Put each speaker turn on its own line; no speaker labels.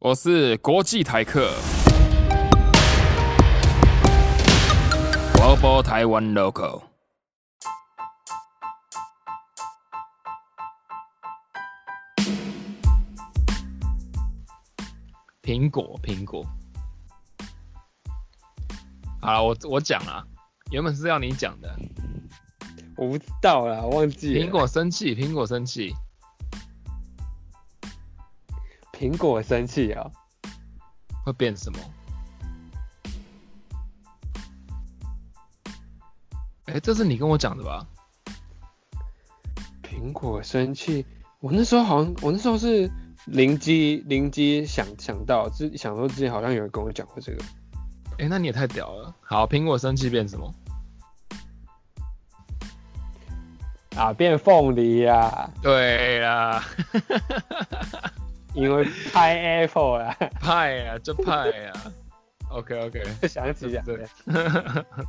我是国际台客。我播台湾 local。
苹果，苹果。好了，我我讲了，原本是要你讲的。
我不知道啦，忘记了
苹果生气，苹果生气，
苹果生气啊、
会变什么？哎、这是你跟我讲的吧？
苹果生气，我那时候好像我那时候是灵机灵机想想到，之想说之前好像有人跟我讲过这个，
哎、那你也太屌了。好，苹果生气变什么？
啊，变凤梨啊啦，
对啦，
因为 pineapple 啦，
派啊，这派啊。OK OK，
想起
对
来
不
了
对？